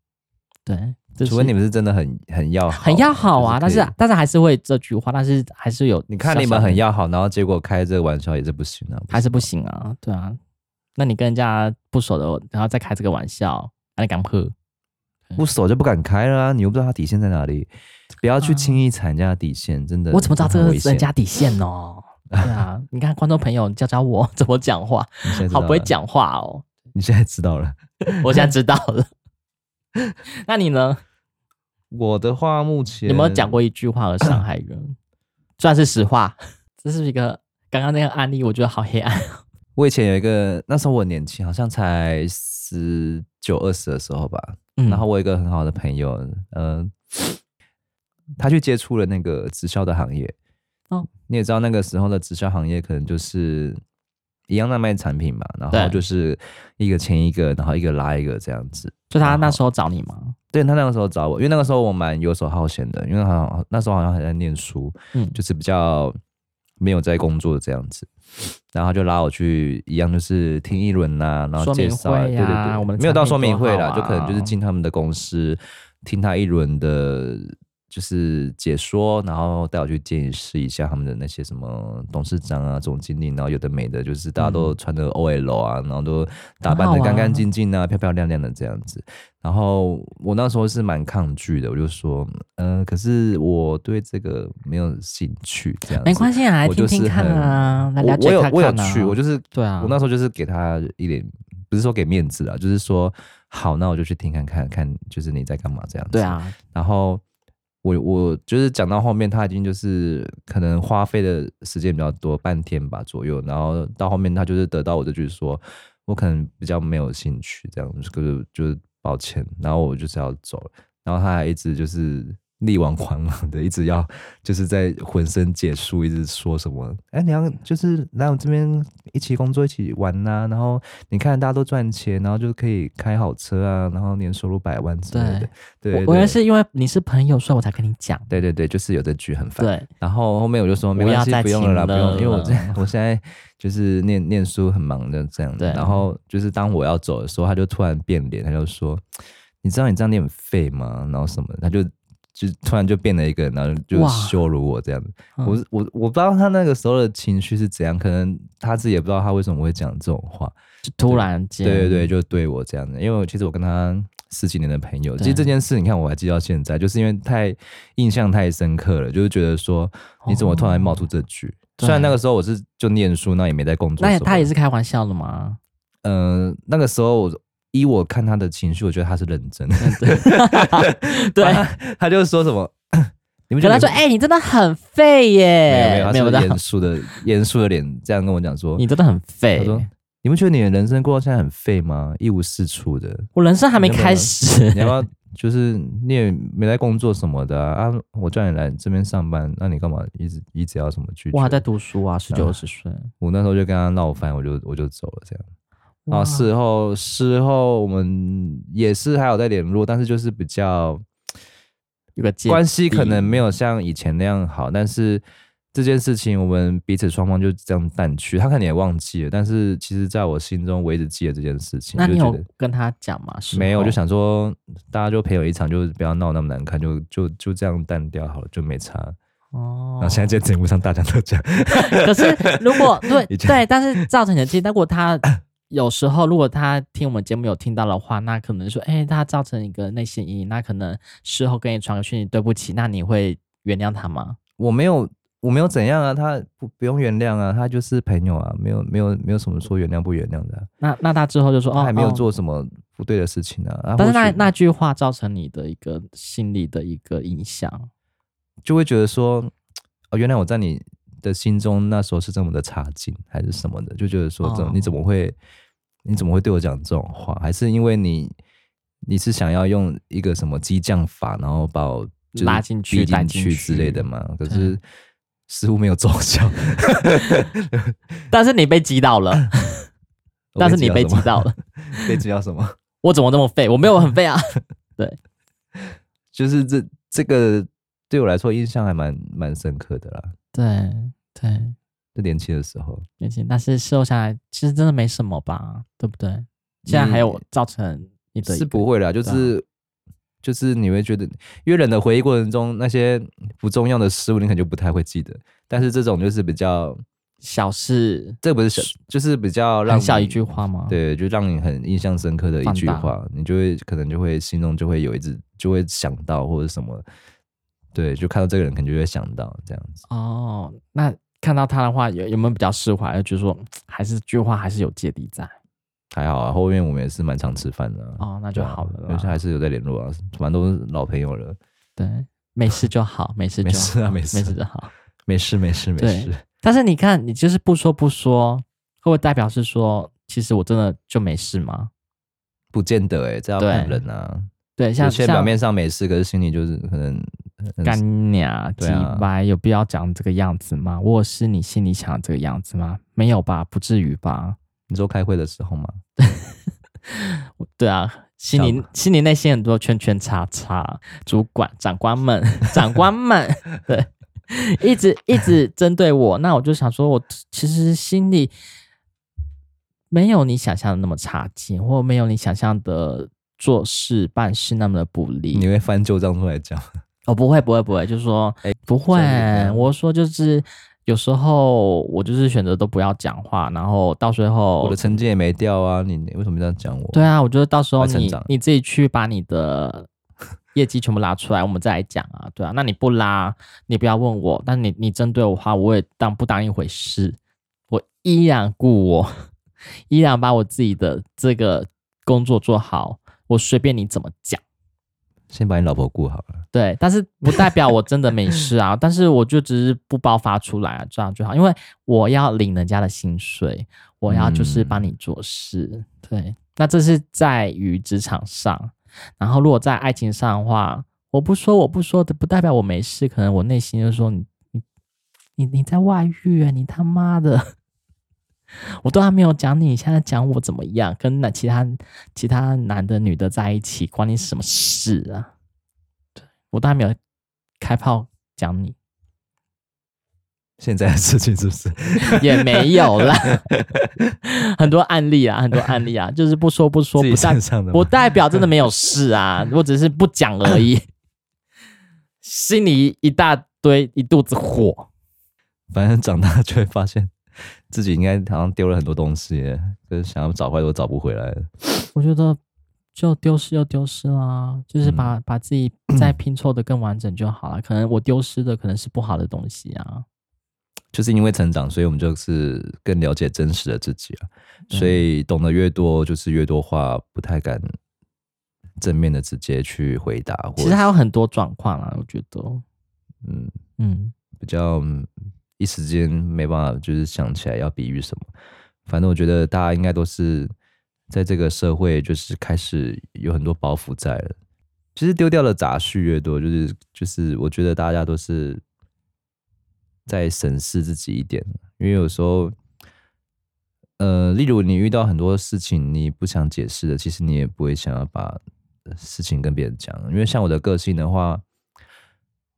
B: 对，就是
A: 除非你们是真的很很要好，
B: 很要好啊，
A: 就可
B: 但
A: 以
B: 是但是还是会这句话，但是还是有
A: 你看
B: 小
A: 你
B: 小
A: 们
B: 的
A: 很要好，然后结果开这个玩笑也是不行啊，
B: 还是不行啊，对啊，那你跟人家不熟的，然后再开这个玩笑，那你敢喝？
A: 不熟就不敢开了啊，你又不知道他底线在哪里，不要去
B: 啊
A: 轻易踩人家的底线，真的，
B: 我怎么知道这
A: 呃很
B: 个
A: 危
B: 是
A: 险
B: 人家底线
A: <laughs>
B: 哦？对啊，你看观众朋友，你教教我怎么讲话，
A: 你现在知
B: 好
A: 道
B: 不会
A: 了，
B: 讲话哦。
A: 你现在知道了。
B: 我现在知道了。 <laughs> 那你呢？
A: 我的话，目前
B: 有没有讲过一句话而伤害
A: <laughs>
B: 人？虽然是实话，这是一个刚刚那个案例，我觉得好黑暗。
A: 我以前有一个，那时候我很年轻，好像才十九二十的时候吧。
B: 嗯
A: 然后我有一个很好的朋友，呃，他去接触了那个直销的行业。
B: 哦，
A: 你也知道那个时候的直销行业可能就是一样在卖产品嘛，然后
B: 对
A: 就是一个签一个，然后一个拉一个这样子。
B: 就他那时候找你吗？
A: 对他那个时候找我，因为那个时候我蛮游手好闲的，因为好像那时候好像还在念书，
B: 嗯，
A: 就是比较没有在工作这样子，然后他就拉我去一样就是听一轮呐、然后
B: 说明
A: 介绍，
B: 会
A: 对对
B: 呀
A: 对，
B: 我们的
A: 没有到
B: 产品
A: 说明会
B: 多
A: 啦，
B: 好啊
A: 就可能就是进他们的公司听他一轮的，就是解说，然后带我去见识一下他们的那些什么董事长啊、总经理，然后有的没的，就是大家都穿的 OL 啊，然后都打扮
B: 嗯很
A: 的
B: 好啊
A: 干干净净啊、漂漂亮亮的这样子。然后我那时候是蛮抗拒的，我就说，呃，可是我对这个没有兴趣，这样子
B: 没关系啊，来
A: 我就
B: 听
A: 是
B: 听看啊，来
A: 我
B: 了解
A: 我有
B: 看看啊。
A: 我有去，我就是
B: 对啊，
A: 我那时候就是给他一点，不是说给面子啊，就是说好，那我就去听看看看，就是你在干嘛这样子。
B: 对，啊，
A: 然后我我就是讲到后面，他已经就是可能花费的时间比较多，半天吧左右，然后到后面他就是得到我这句说，我可能比较没有兴趣这样，就是就是抱歉，然后我就是要走了，然后他还一直就是。力挽狂澜的，一直要就是在浑身解数，一直说什么？哎，你要就是来我这边一起工作，一起玩呐、然后你看大家都赚钱，然后就可以开好车啊，然后年收入百万之类的。对，对
B: 我我也
A: 对
B: 是因为你是朋友，所以我才跟你讲。
A: 对对对，就是有这句很烦。
B: 对，
A: 然后后面我就说没关
B: 不要
A: 系，
B: 再
A: 不用了啦，不
B: 请
A: 用
B: 了嗯
A: 了，因为我这 <laughs> 我现在就是念念书很忙的这样子。
B: 对
A: 然后就是当我要走的时候，他就突然变脸，他就说：“你知道你这样你很废吗？”然后什么，他就就突然就变了一个人，然后就
B: 哇
A: 羞辱我这样子。
B: 嗯
A: 我是我我不知道他那个时候的情绪是怎样，可能他自己也不知道他为什么会讲这种话。
B: 就突然间，
A: 对对对，就对我这样的，因为我其实我跟他十几年的朋友，其实
B: 对
A: 这件事你看我还记到现在，就是因为太印象太深刻了，就是觉得说
B: 哦
A: 你怎么突然冒出这句？
B: 对
A: 虽然那个时候我是就念书，那也没在工作什么
B: 那也
A: 的，
B: 他也是开玩笑
A: <laughs>
B: 的嘛。
A: 呃那个时候我依我看他的情绪，我觉得他是认真的， <laughs>
B: 对，
A: 他他就说什
B: <coughs>
A: 么，你们觉
B: 可能
A: 得
B: 他说：“哎、你真的很废
A: 没
B: 耶
A: 有，没有，
B: 没
A: 他是
B: 有的
A: 严，肃的严肃的脸这样跟我讲
B: <laughs>
A: 说，
B: 你真的很
A: 他
B: 废。
A: 说你们觉得你的人生过到现在很废吗？一无是处的。”
B: 我人生还没
A: 你要不要
B: 开 <laughs> 始，
A: 你要不要？就是你也没在工作什么的啊，啊我叫你来这边上班，那你干嘛一直一直要嗯哦什么拒绝？
B: <laughs> 我还在读书啊，十九二十岁。
A: 我那时候就跟他闹翻，我就我就走了这样。啊，
B: 哇
A: 事后事后我们也是还有在联络，但是就是比较
B: 有个阶
A: 关系可能
B: 地
A: 没有像以前那样好，但是这件事情我们彼此双方就这样淡去，他可能也忘记了，但是其实在我心中我一直记得这件事情，
B: 那
A: 就
B: 你
A: 觉
B: 有
A: 得。
B: 跟他讲吗？事
A: 没有，我就
B: 后
A: 想说，大家就陪我一场，就不要闹那么难看，就就就这样淡掉好了，就没差。
B: 哦
A: 然后。现在在节目上大讲特讲，
B: 可是如
A: <laughs>
B: 果对
A: 以前
B: 对，但是造成你的记忆，但如果他有时候如果他听我们节目有听到的话，那可能说，哎、他造成一个内心阴影，那可能事后跟你传个讯息，对不起，那你会原谅他吗？
A: <laughs> 我没有我没有怎样啊，他不不用原谅啊，他就是朋友啊，没有没有没有什么说原谅不原谅的啊、
B: 那那他之后就说，
A: 他
B: 哦，
A: 还没有
B: 哦
A: 做什么不对的事情啊。啊
B: 但是那
A: 或许
B: 那句话造成你的一个心理的一个影响，
A: 就会觉得说，哦，原来我在你的心中那时候是这么的差劲，还是什么的，就觉得说这
B: 哦
A: 你怎么会，你怎么会对我讲这种话？还是因为你你是想要用一个什么激将法，然后把我就是
B: 拉进去
A: 逼
B: 带
A: 进
B: 进
A: 去之类的
B: 去
A: 嘛？可
B: 对
A: 是似乎没有奏效，
B: 但是你被击
A: <laughs>
B: 倒了，但是你被击
A: 击
B: 倒了，
A: <laughs> 被击到什么？
B: 我怎么那么废？我没有很废啊，
A: <laughs> 就是这这个对我来说印象还蛮蛮深刻的啦。
B: 对对，
A: 就年轻的时候，
B: 年轻，但是事后下来，其实真的没什么吧，对不对？现在还有
A: 嗯
B: 造成你的一
A: 是
B: 个
A: 不会啦，就
B: 对啊
A: 是、就是你会觉得，因为人的回忆过程中那些不重要的事物，你可能就不太会记得。但是这种就是比较，
B: 小事，
A: 这不是小，就是比较让
B: 很小
A: 你
B: 一句，话吗？，
A: 对，就让你很印象深刻的一
B: 放
A: 句
B: 大
A: 话，你就会可能就会心中就会有一直就会想到或者什么，对，就看到这个人可能就会想到这样子。
B: 哦，那看到他的话，有有没有比较释怀？就觉得说，嗯还是这句话还是有芥蒂在，
A: 还好啊，后面我们也是蛮常吃饭的啊、
B: 哦，那
A: 那
B: 就好了
A: 而且
B: 啦。
A: 还是有在联络啊，反正都是老朋友了，
B: 对，没事就好，没事就
A: 没
B: 好，
A: 事啊没
B: 没
A: 事
B: 就好。
A: 没事没事没
B: 对
A: 事。
B: 但是你看，你就是不说不说，会不会代表是说，其实我真的就没事吗？
A: 不见得哎、这要看
B: 对
A: 人啊。
B: 对，
A: 有
B: 像
A: 些
B: 像
A: 表面上没事，可是心里就是可能很
B: 干娘鸡
A: 对啊
B: 掰，有必要讲这个样子吗？我是你心里想的这个样子吗？没有吧，不至于吧？
A: 你说开会的时候嘛，
B: 我对啊，心里
A: 像
B: 心里内心很多圈圈叉叉，主管、长官们、 <laughs> 长官们，对，一直一直针对我。那我就想说，我其实心里没有你想象的那么差劲，或没有你想象的做事办事那么的不力。
A: 你会翻旧账出来讲。
B: 哦，不会，不会，不会，就是说，
A: 哎
B: 不会
A: 这样子这，样
B: 我说就是有时候我就是选择都不要讲话，然后到最后，
A: 我的成绩也没掉啊，你你为什么这样讲我？
B: 哦对啊，我觉得到时候
A: 我成
B: 你
A: 长了
B: 你自己去把你
A: <laughs>
B: 的业绩全部拉出来，我们再来讲啊，对啊，那你不拉，你不要问我，但你你针对我的话，我也当不当一回事，我依然顾我，依然把我自己的这个工作做好，我随便你怎么讲。
A: 先把你老婆顾好了。
B: 对，但是不代表我真的没事啊， <laughs> 但是我就只是不爆发出来啊，这样就好，因为我要领人家的薪水，我要就是
A: 嗯
B: 帮你做事，对，那这是在于职场上，然后如果在爱情上的话，我不说我不说的，不代表我没事，可能我内心就说你你你你在外遇、啊，你他妈的， <laughs> 我都还没有讲你，你现在讲我怎么样，跟那其他其他男的女的在一起，关你什么事啊？我都还没有开炮讲你， <laughs>
A: 现在的事情是不是？
B: 也没有啦。 <laughs> 很多案例啊，很多案例 <laughs> 啊，就是不说不说，
A: 自己
B: 不代
A: 身上的吗
B: 不代表真的没有事 <laughs> 啊，我只是不讲而已。心里一大堆一肚子火，
A: 反正长大就会发现自己应该好像丢了很多东西耶，就是想要找回来都找不回来了。
B: 我觉得就丢失就丢失啦，就是把、把自 <clears throat> 己再拼凑的更完整就好了。可能我丢失的可能是不好的东西啊，
A: 就是因为成长，所以我们就是更了解真实的自己啊。
B: 对
A: 所以懂得越多，就是越多话不太敢正面的直接去回答，或
B: 其实
A: 者
B: 还有很多状况啊，我觉得，
A: 嗯，
B: 嗯，
A: 比较嗯一时间没办法，就是想起来要比喻什么。反正我觉得大家应该都是在这个社会，就是开始有很多包袱在了。其实丢掉的杂絮越多，就是就是我觉得大家都是在审视自己一点，因为有时候，呃，例如你遇到很多事情你不想解释的，其实你也不会想要把呃事情跟别人讲，因为像我的个性的话，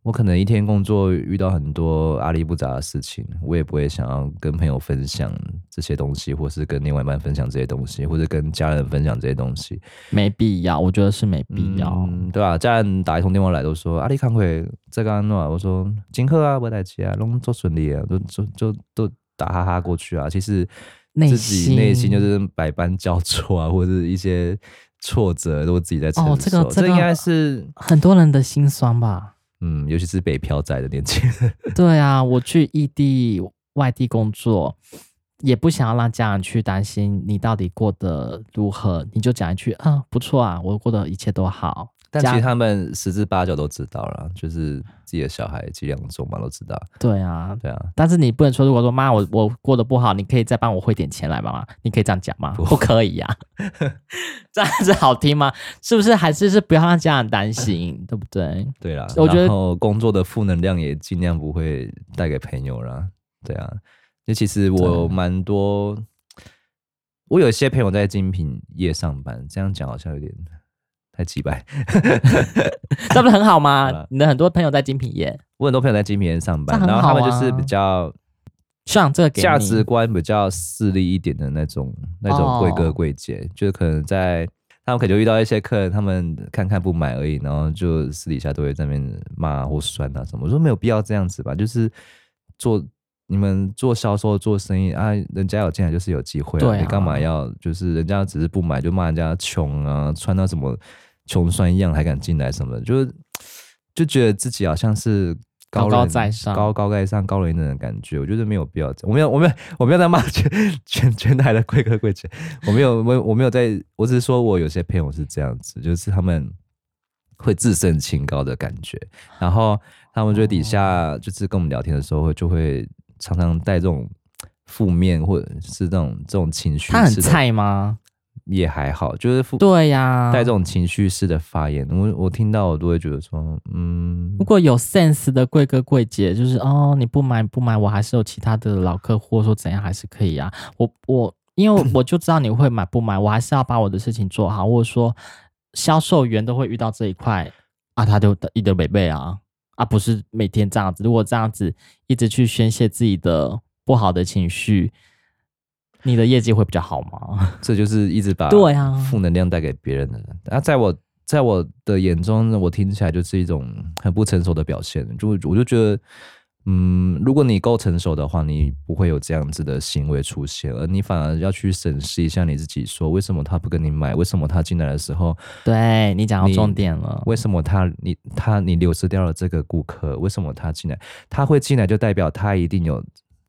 A: 我可能一天工作遇到很多阿里不杂的事情，我也不会想要跟朋友分享这些东西，或是跟另外一半分享这些东西，或者跟家人分享这些东西。
B: 没必要，我觉得是没必要。
A: 嗯、对啊，家人打一通电话来都说啊，你康会这个安诺，我说金贺啊，我代志啊，拢做顺利啊，都就就都打哈哈过去啊。其实
B: 内
A: 自己内心
B: 心
A: 就是百般交错啊，或者是一些挫折都自己在承受。
B: 哦这个这
A: 这应
B: 个
A: 该是
B: 很多人的心酸吧？
A: 嗯，尤其是北漂仔的年轻人，
B: 对啊，我去异地外地工作，也不想要让家人去担心你到底过得如何，你就讲一句啊，不错啊，我过得一切都好。
A: 但
B: 家
A: 其实他们十之八九都知道了，就是自己的小孩几两重嘛，都知道。
B: 对啊，
A: 对啊，
B: 但是你不能说，如果说妈我我过得不好，你可以再帮我汇点钱来吧妈，你可以这样讲吗？
A: 不
B: 不可以呀、啊
A: <laughs>
B: 这样子好听吗？是不是还是是不要让家人担心，对不
A: <laughs>
B: 对？
A: 对啦。
B: 我觉得
A: 然后工作的负能量也尽量不会带给朋友啦。对啊，就其实我蛮多，我有些朋友在精品业上班，这样讲好像有点太鸡掰。
B: 这不是很好
A: 好
B: 吗
A: 啦？
B: 你的很多朋友在精品业，
A: 我很多朋友在精品业上班，
B: 这很
A: 然后他们就
B: 好啊
A: 是比较
B: 像这个给你
A: 价值观比较势利一点的那种那种贵哥
B: 哦
A: 贵姐，就是可能在他们可能就遇到一些客人，他们看看不买而已，然后就私底下都会在那边骂或酸啊什么。我说没有必要这样子吧，就是做你们做销售做生意啊，人家有进来就是有机会、
B: 对啊
A: 你干嘛要就是人家只是不买就骂人家穷啊，穿到什么穷酸样还敢进来什么的，就是就觉得自己好像是高
B: 高高
A: 人
B: 在上
A: 高高在上、高人一等的感觉，我觉得没有必要这样。我没有，我没有，我没有在骂全 <laughs> 全全台的贵哥贵姐，我没有，我我没有在，我只是说我有些朋友是这样子，就是他们会自身清高的感觉，然后他们就底
B: 哦
A: 下就是跟我们聊天的时候，会就会常常带这种负面或者是这种这种情绪，
B: 他很，菜吗？
A: 也还好，就是负
B: 对呀、
A: 带这种情绪式的发言，我我听到我都会觉得说，
B: <laughs>
A: 嗯
B: 如，果有 sense 的贵哥贵姐，就是哦，你不买不买，我还是有其他的老客户，说怎样还是可以啊。我我因为我就知道你会买不买，我还是要把我的事情做好，或者说销售员都会遇到这一块啊，他就一堆违背啊啊，不是每天这样子。如果这样子一直去宣泄自己的不好的情绪，你的业绩会比较好吗？
A: 这就是一直把
B: 对啊
A: 啊负能量带给别人的人。那、在我在我的眼中，我听起来就是一种很不成熟的表现。就我就觉得，嗯，如果你够成熟的话，你不会有这样子的行为出现，而你反而要去审视一下你自己说为什么他不跟你买，为什么他进来的时候
B: 对你讲到
A: 你
B: 重点了，
A: 为什么他你他你流失掉了这个顾客？为什么他进来？他会进来就代表他一定有，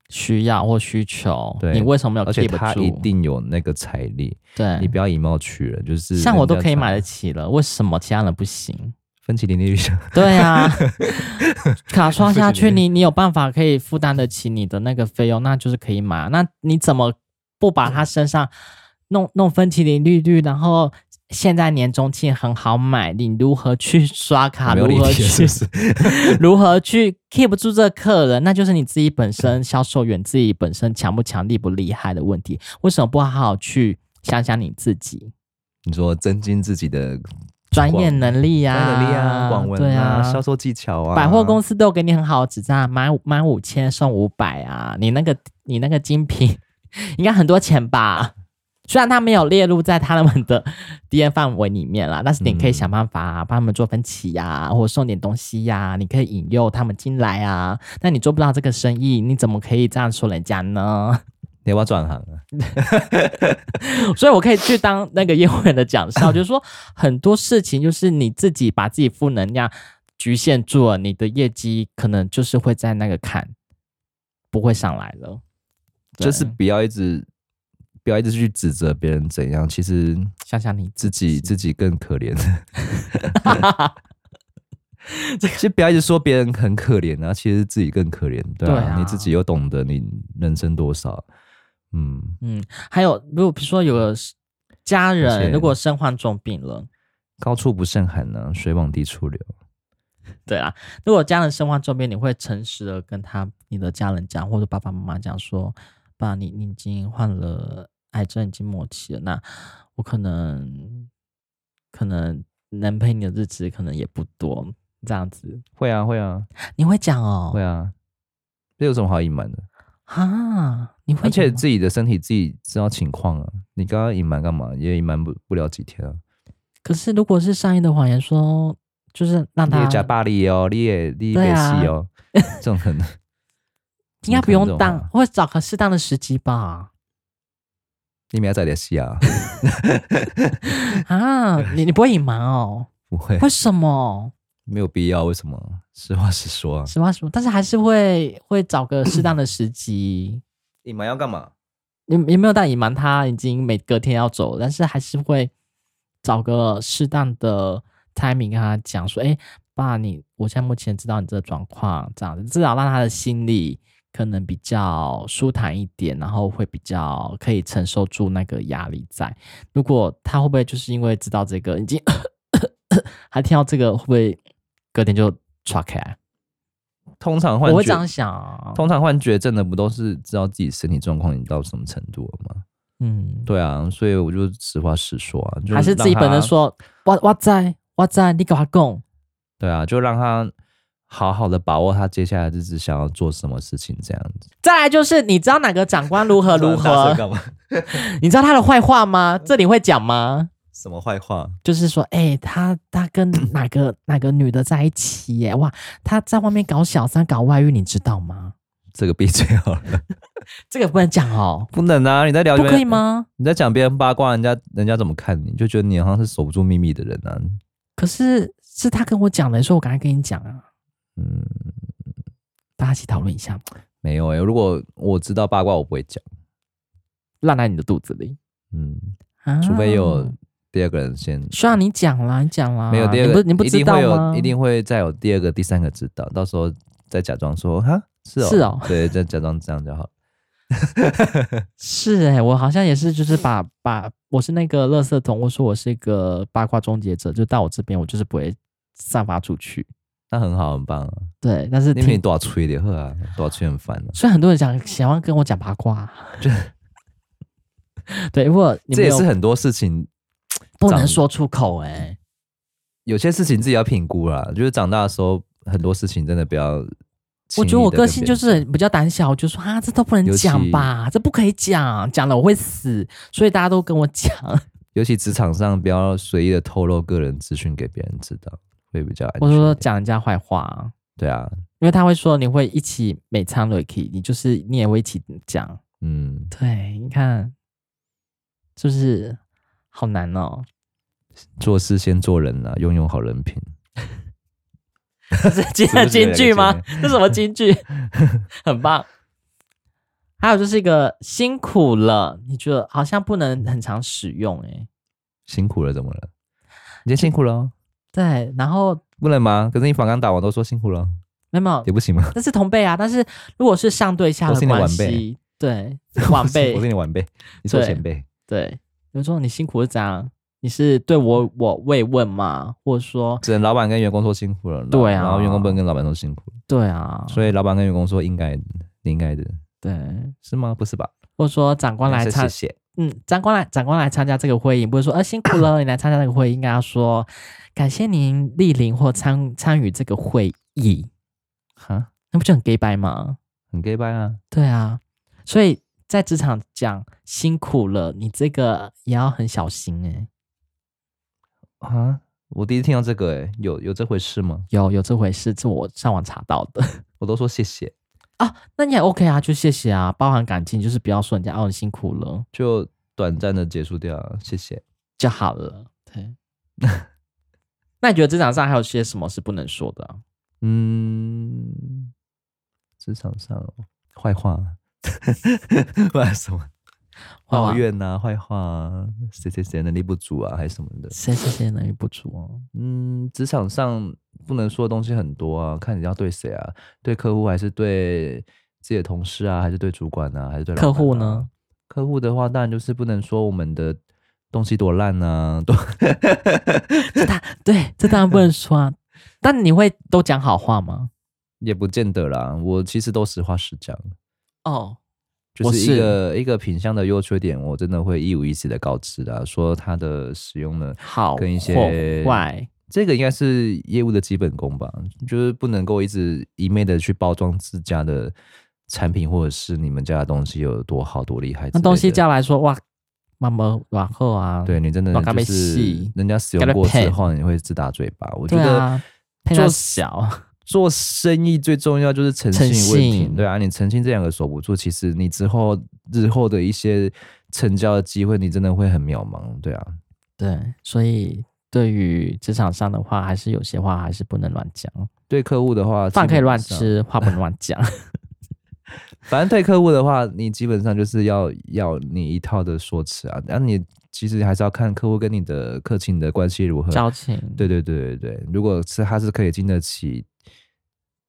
B: 需要或需求，
A: 对
B: 你为什么没有
A: 而且
B: keep 住？
A: 他一定有那个财力。
B: 对，
A: 你不要以貌取人，就是
B: 像我都可以
A: 人家
B: 买
A: 才
B: 得起了，为什么其他人不行？ <laughs>
A: 分歧零利率上，
B: 对啊， <laughs> 卡刷下
A: 不 <laughs>
B: 去，
A: 行
B: 你你有办法可以负担得起你的那个费用，那就是可以买。啊那你怎么不把他身上弄弄分期零利率，然后现在年终庆很好买，你如何去刷卡，
A: 没有
B: 如
A: 理
B: 何
A: 解
B: 去
A: 是不是？
B: <laughs> 如何去 keep 住这客人，那就是你自己本身销售员自己本身强不强、厉不厉害的问题。为什么不好好去想想你自己？
A: 你说增进自己
B: <laughs>
A: 的 <laughs>
B: 专业
A: 广
B: 能力呀、
A: 专业能力啊、广文
B: 对啊，
A: 销售技巧啊，
B: 百货公司都有给你很好的纸张啊，满满五千送五百啊，你那个你那个精品应该很多钱吧？ <laughs> 虽然他没有列入在他们的 D N 范围里面啦，但是你可以
A: 嗯
B: 想办法、帮他们做分期呀、或者送点东西呀、你可以引诱他们进来啊。那你做不到这个生意，你怎么可以这样说人家呢？
A: 你要不要转行啊？
B: 所以我可以去当那个业务员的讲师啊，我就是说很多事情就是你自己把自己负能量局限住了，你的业绩可能就是会在那个坎不会上来了。对
A: 就是不要一直不要一直去指责别人怎样，其实
B: 想想你
A: 自己自己更可
B: <laughs>
A: 怜。其实不要一直说别人很可怜啊，其实自己更可怜，对啊，
B: 对啊
A: 你自己又懂得你人生多少，嗯，
B: 嗯，还有如果比如说有个家
A: 而且
B: 人如果身患重病了，
A: 高处不胜寒呢、水往低处流。
B: 对啦，如果家人身患重病，你会诚实的跟他你的家人讲，或者爸爸妈妈讲说，爸，你你已经患了癌症，已经末期了，那我可能可能能陪你的日子可能也不多，这样子
A: 会啊，会啊，
B: 你会讲哦，
A: 会啊，这有什么好隐瞒的？
B: 啊，你会
A: 而且
B: 讲吗
A: 自己的身体自己知道情况啊，你刚刚隐瞒干嘛？也隐瞒不不了几天啊。
B: 可是如果是善意的谎言说，就是让
A: 你
B: 他
A: 也假巴黎哦，你也你也
B: 对
A: 北
B: 啊
A: 戏
B: <laughs>
A: 哦，这种很
B: 应该不
A: 怎
B: 用
A: 么可能这
B: 当
A: 种啊，
B: 或者找个适当的时机吧。
A: 你明仔在戏啊，
B: 啊，你你不会隐瞒哦？
A: 不会
B: 为什么？
A: 没有必要，为什么？实话实说
B: <laughs>
A: 啊，
B: 实话实说，但是还是会会找个适当的时机。
A: 隐瞒要干嘛？
B: 也也没有到隐瞒他已经每隔天要走了，但是还是会找个适当的 timing 跟他讲说，哎、爸，你我现在目前知道你这个状况，这样子至少让他的心里可能比较舒坦一点，然后会比较可以承受住那个压力在。如果他会不会就是因为知道这个已经 <coughs> 还听到这个，会不会隔天就岔开？
A: 通常患
B: 我会这样
A: 绝
B: 想啊，
A: 通常患绝症的不都是知道自己身体状况已经到什么程度了吗？
B: 嗯，
A: 对啊，所以我就实话实说啊，就
B: 还是自己
A: 让
B: 本人
A: 他
B: 说，我我在我在，你给我讲。
A: 对啊，就让他好好的把握他接下来日子想要做什么事情，这样子。
B: 再来就是，你知道哪个长官
A: <laughs>
B: 如何如
A: 这样大声
B: 何？
A: 干嘛？
B: <laughs> 你知道他的坏话吗？这里会讲吗？
A: 什么坏话？
B: 就是说，哎、他他
A: <coughs>
B: 跟哪个哪个女的在一起耶？哇，他在外面搞小三、搞外遇，你知道吗？
A: <laughs> 这个闭嘴好了，
B: 这个不能讲哦，
A: 不能啊！你在聊
B: 不
A: 别
B: 可
A: 人
B: 以？吗？
A: 你在讲别人八卦，人家人家怎么看你？就觉得你好像是守不住秘密的人啊。
B: 可是是他跟我讲的，所以我赶快跟你讲啊，
A: 嗯，
B: 大家一起讨论一下，
A: 没有哎、如果我知道八卦，我不会讲。
B: 烂在你的肚子里。
A: 嗯，
B: 啊
A: 除非有第二个人先，
B: 需要你讲啦，你讲啦，
A: 没有第二
B: 啊你
A: 个，
B: 不你不
A: 一
B: 知
A: 定
B: 道
A: 会
B: 吗？
A: 有，一定会再有第二个、第三个知道，到时候再假装说哈是哦，
B: 是哦
A: 对，再假装这样就好。
B: 是哎、我好像也是，就是
A: 嗯
B: 把把我是那个垃圾桶，我说我是一个八卦终结者，就到我这边我就是不会散发出去。
A: 那很好，很棒啊！
B: 对，但
A: <laughs>
B: 是
A: 因为你
B: 挺，
A: 多少吹的喝
B: <laughs>
A: 啊，多少吹很烦啊。
B: 虽然很多人想想要跟我讲八
A: <laughs>
B: 卦，对，如果你
A: 这
B: 没
A: 也
B: 有
A: 是很多事情，
B: 不
A: 长
B: 能说出口哎、
A: 有些事情自己要评估啦。就是长大的时候，很多事情真的不要轻
B: 我
A: 易地跟别人讲。
B: 觉得我个性就是很比较胆小，我就说啊，这都不能
A: 尤
B: 讲
A: 其
B: 吧，这不可以讲，讲了我会死，所以大家都跟我讲。
A: 尤其职场上不要随意的透露个人资讯给别人知道，会比较安
B: 我
A: 全
B: 就
A: 一点。
B: 说讲人家坏话啊、
A: 对啊，
B: 因为他会说你会一起每餐都可以，你就是你也会一起讲。
A: 嗯，
B: 对，你看，就是好难哦。 <laughs>
A: 做事先做人啊，拥有好人品。
B: 这是金
A: 是不是
B: 金
A: 有
B: 句
A: 点
B: 吗
A: 接？
B: 这什么金
A: <laughs>
B: 句？很棒。还有就是一个辛苦了，你觉得好像不能很常使用哎、
A: 辛苦了，怎么了？你今天辛苦了、哦，
B: 对，然后
A: 不能吗？可是你反刚打完都说辛苦了哦，
B: 没有没有，
A: 也不行吗？
B: 那是同辈啊，但是如果是上对下
A: 我
B: 的
A: 是你的
B: 关
A: 晚辈
B: 系，对晚
A: <laughs> 我是
B: 辈，
A: 你晚辈，你是我
B: 对
A: 前辈。
B: 对，比如说你辛苦是怎样？你是对我我慰问吗？或者说
A: 只能老板跟员工说辛苦了，
B: 对啊
A: 然后员工不能跟老板说辛苦，
B: 对啊，
A: 所以老板跟员工说应该的，你应该的，
B: 对，
A: 是吗？不是吧？哎
B: 或者说长官来
A: 是
B: 参
A: 谢谢，
B: 嗯，长官来，长官来参加这个会议，不是说，呃，辛苦了，你来参加这个会议，应该要说，感谢您莅临或参参与这个会议，
A: 哈，
B: 那不就很 gay 白吗？
A: 很 gay 拜啊，
B: 对啊，所以在职场讲辛苦了，你这个也要很小心哎、
A: 啊，我第一次听到这个、欸，有有这回事吗？
B: 有有这回事，这我上网查到的 <laughs>
A: 我都说谢谢，
B: 啊，那你也 OK 啊，就谢谢啊，包含感情，就是不要说人家哦你辛苦了
A: 就短暂的结束掉啊，谢谢。
B: 就好了，对。 <laughs> 那你觉得职场上还有些什么是不能说的啊、
A: 嗯，职场上哦坏话， <laughs> 不然什么
B: 坏话
A: 抱怨啊，坏话啊，谁谁谁能力不足啊，还是什么的。
B: 谁谁谁能力不足哦？
A: 嗯，职场上不能说的东西很多啊，看你要对谁啊，对客户还是对自己的同事啊，还是对主管啊，还是对老
B: 客
A: 板
B: 户
A: 啊
B: 呢？
A: 客户的话，当然就是不能说我们的东西多烂啊，多
B: <laughs> 对，这当然不能说 <laughs> 啊。但你会都讲好话吗？
A: <laughs> 也不见得啦。我其实都实话实讲，
B: 哦，
A: 就
B: 我
A: 是
B: 是
A: 一个一个品相的优缺点，我真的会一五一十的告知的啊，说它的使用呢，
B: 好
A: 跟一些
B: 或坏，
A: 这个应该是业务的基本功吧，就是不能够一直一昧的去包装自家的产品或者是你们家的东西有多好多厉害之类的。
B: 那东西叫来说哇，妈妈往后啊，
A: 对你真的
B: 我还
A: 就
B: 没
A: 是
B: 洗
A: 人家使用过之后，你会自打嘴巴。我觉
B: 对
A: 得
B: 啊，配
A: 做
B: 到小，
A: 做生意最重要就是诚
B: 诚
A: 信问题，
B: 信
A: 对啊，你诚信这两个守不住，其实你之后日后的一些成交的机会，你真的会很渺茫，对啊。
B: 对，所以对于职场上的话，还是有些话还是不能乱讲，
A: 对客户的话，
B: 饭可
A: 基
B: 以
A: 本
B: 乱
A: 上，
B: 吃，话不能乱讲。
A: 反正对客户的话，你基本上就是要要你一套的说辞啊，然后你其实还是要看客户跟你的客情的关系如何。
B: 交情，
A: <laughs> 对对对对对，如果是他是可以经得起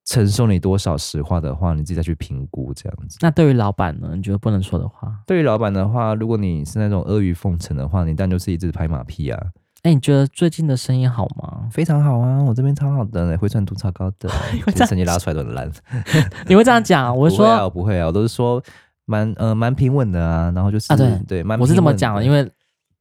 A: 承受你多少实话的话，你自己再去评估这样子。
B: 那对于老板呢？你觉得不能说的话，
A: 对于老板的话，如果你是那种阿谀奉承的话，你当然就是一直拍马屁啊，
B: 哎、你觉得最近的生意好
A: <laughs>
B: 吗？
A: 非常好啊，我这边超好的呢，回转度超
B: <laughs>
A: 高的，
B: 这样
A: 成绩拉出来都很烂。
B: 你会这样讲？我
A: 不
B: 会
A: 会啊，
B: 说
A: 我不会啊，我都是说蛮呃蛮平稳的啊，然后就是
B: 啊对
A: 蛮
B: 我是这么
A: 平稳
B: 讲的，因为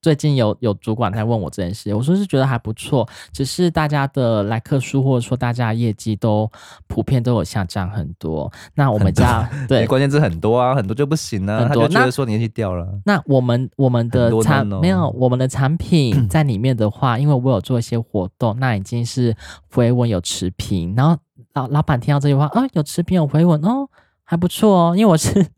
B: 最近有有主管在问我这件事，我说是觉得还不错，只是大家的来客数或者说大家的业绩都普遍都有下降很多。那我们
A: <laughs>
B: 家对
A: 你关键字很多啊，很多就不行啊，
B: 很
A: 他
B: 多
A: 就觉
B: 那
A: 得说你业绩掉了。
B: 那我们我们的
A: 很多哦
B: 产
A: no-no
B: 没有我们的产
A: <clears throat>
B: 品在里面的话，因为我有做一些活动，那已经是回文有持平，然后老老板听到这句话，哦，有持平有回文哦，还不错哦，因为我是 <laughs>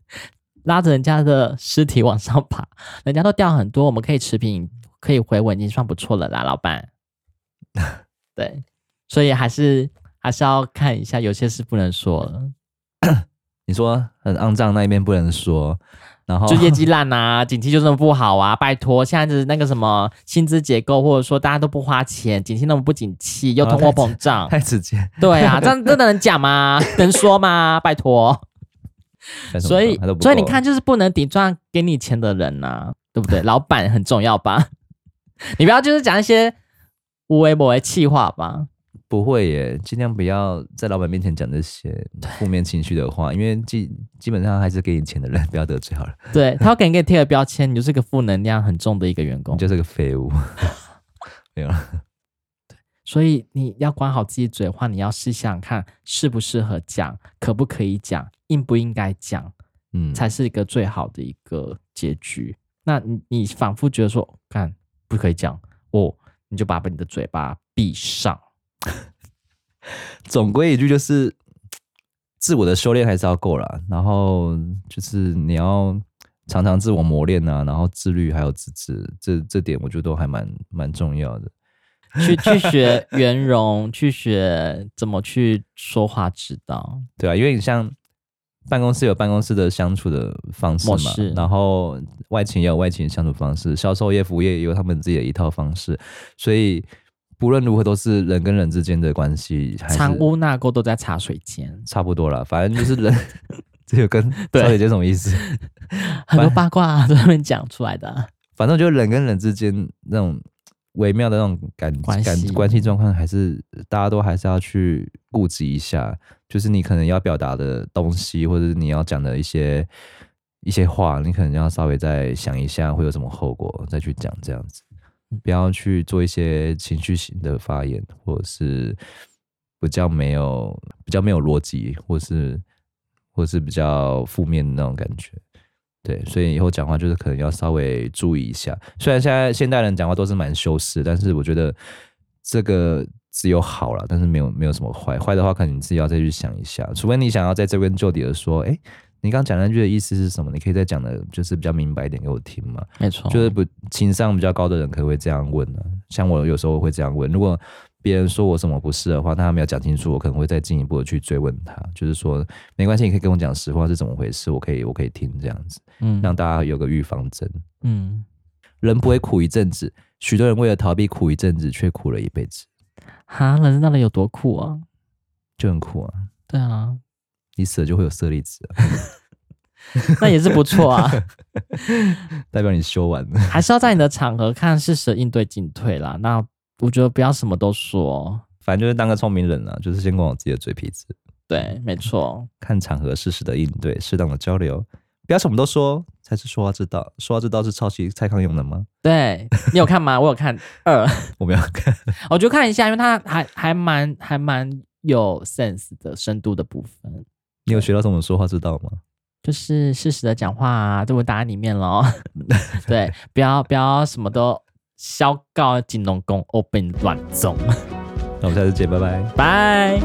B: 拉着人家的尸体往上爬，人家都掉很多，我们可以持平，可以回文已经算不错了啦，老
A: <laughs>
B: 板。对，所以还是还是要看一下，有些是不能说了，
A: 你说很肮脏那一边不能说，然后
B: 就业绩烂啊，景气就这么不好啊！拜托，现在的那个什么薪资结构，或者说大家都不花钱，景气那么不景气，又通货膨胀，
A: <laughs> 太直接，
B: 对啊，这样真的能讲
A: <laughs>
B: 吗？能说吗？拜托，
A: 干什么
B: 所以
A: 他都不
B: 所以你
A: 够啊
B: 看，就是不能顶撞给你钱的人呐、对不对？老板很重要吧？ <laughs> 你不要就是讲一些无为不为气话吧？
A: 不会耶，尽量不要在老板面前讲这些负面情绪的话，因为基基本上还是给你钱的人，不要得罪好了，
B: 对他要给你给你贴个标签，你就是个负能量很重的一个员工
A: 你，就是个废物。
B: 所以你要管好自己嘴的话，你要试想看适不适合讲，可不可以讲，应不应该讲，
A: 嗯，
B: 才是一个最好的一个结局。那你你反复觉得说，看不可以讲哦，你就把你的嘴巴闭上。
A: 总归一句就是，自我的修炼还是要够啦。然后就是你要常常自我磨练啊，然后自律还有自制，这这点我觉得都还蛮蛮重要的。
B: 去去学圆融，去学怎么去说话之道。
A: 对啊，因为你像办公室有办公室的相处的方式
B: 模
A: 嘛
B: 式，
A: 然后外勤也有外勤的相处方式，销售业、服务业也有他们自己的一套方式，所以不论如何都是人跟人之间的关系，还是
B: 藏污纳垢都在茶水间，
A: 差不多啦，反正就是人， <laughs> 这有跟
B: 对
A: 小姐姐什么意思？
B: 很多八卦、 <laughs> 啊、都在那边讲出来的啊、
A: 反正我觉得人跟人之间那种微妙的那种感
B: 关
A: 感
B: 系
A: 关系状况，还是呃大家都还是要去顾及一下。就是你可能要表达的东西，或者是你要讲的一些一些话，你可能要稍微再想一下会有什么后果，再去讲这样子，
B: 嗯
A: 不要去做一些情绪型的发言，或者是比较没有比较没有逻辑，或是或是比较负面的那种感觉。对，所以以后讲话就是可能要稍微注意一下。虽然现在现代人讲话都是蛮修饰，但是我觉得这个只有好了，但是没有没有什么坏。坏的话，可能你自己要再去想一下，除非你想要在这边就底的说，哎，你刚讲那句的意思是什么？你可以再讲的，就是比较明白一点给我听嘛。
B: 没错，
A: 就是不情商比较高的人可能会这样问呢、像我有时候会这样问，如果别人说我什么不是的话，那他没有讲清楚，我可能会再进一步的去追问他，就是说没关系，你可以跟我讲实话是怎么回事，我可以我可以听这样子，
B: 嗯
A: 让大家有个预防针。
B: 嗯，
A: 人不会苦一阵子，许多人为了逃避苦一阵子，却苦了一辈子，
B: 哈，人生到底有多酷啊？
A: 就很苦啊！
B: 对啊，
A: 你死了就会有舍利子啊、 <laughs>
B: 那也是不错啊， <laughs>
A: 代表你修完了。
B: 还是要在你的场合看适时应对进退啦。那我觉得不要什么都说，
A: 反正就是当个聪明人啊，就是先管好自己的嘴皮子，
B: 对，没错，
A: 看场合适时的应对，适当的交流，不要什么都说，才是说话之道。说话之道是抄袭蔡康永的吗？
B: 对你有看吗？我有看二，
A: 我们要看，
B: 我就看一下，因为它还还蛮还蛮有 sense 的深度的部分，
A: 你有学到什么说话之道吗？
B: 就是适时的讲话啊，这我答案里面咯。对，不要不要什么都小告金龙宫 open 乱中，
A: 那我们下次见，拜拜。
B: 拜。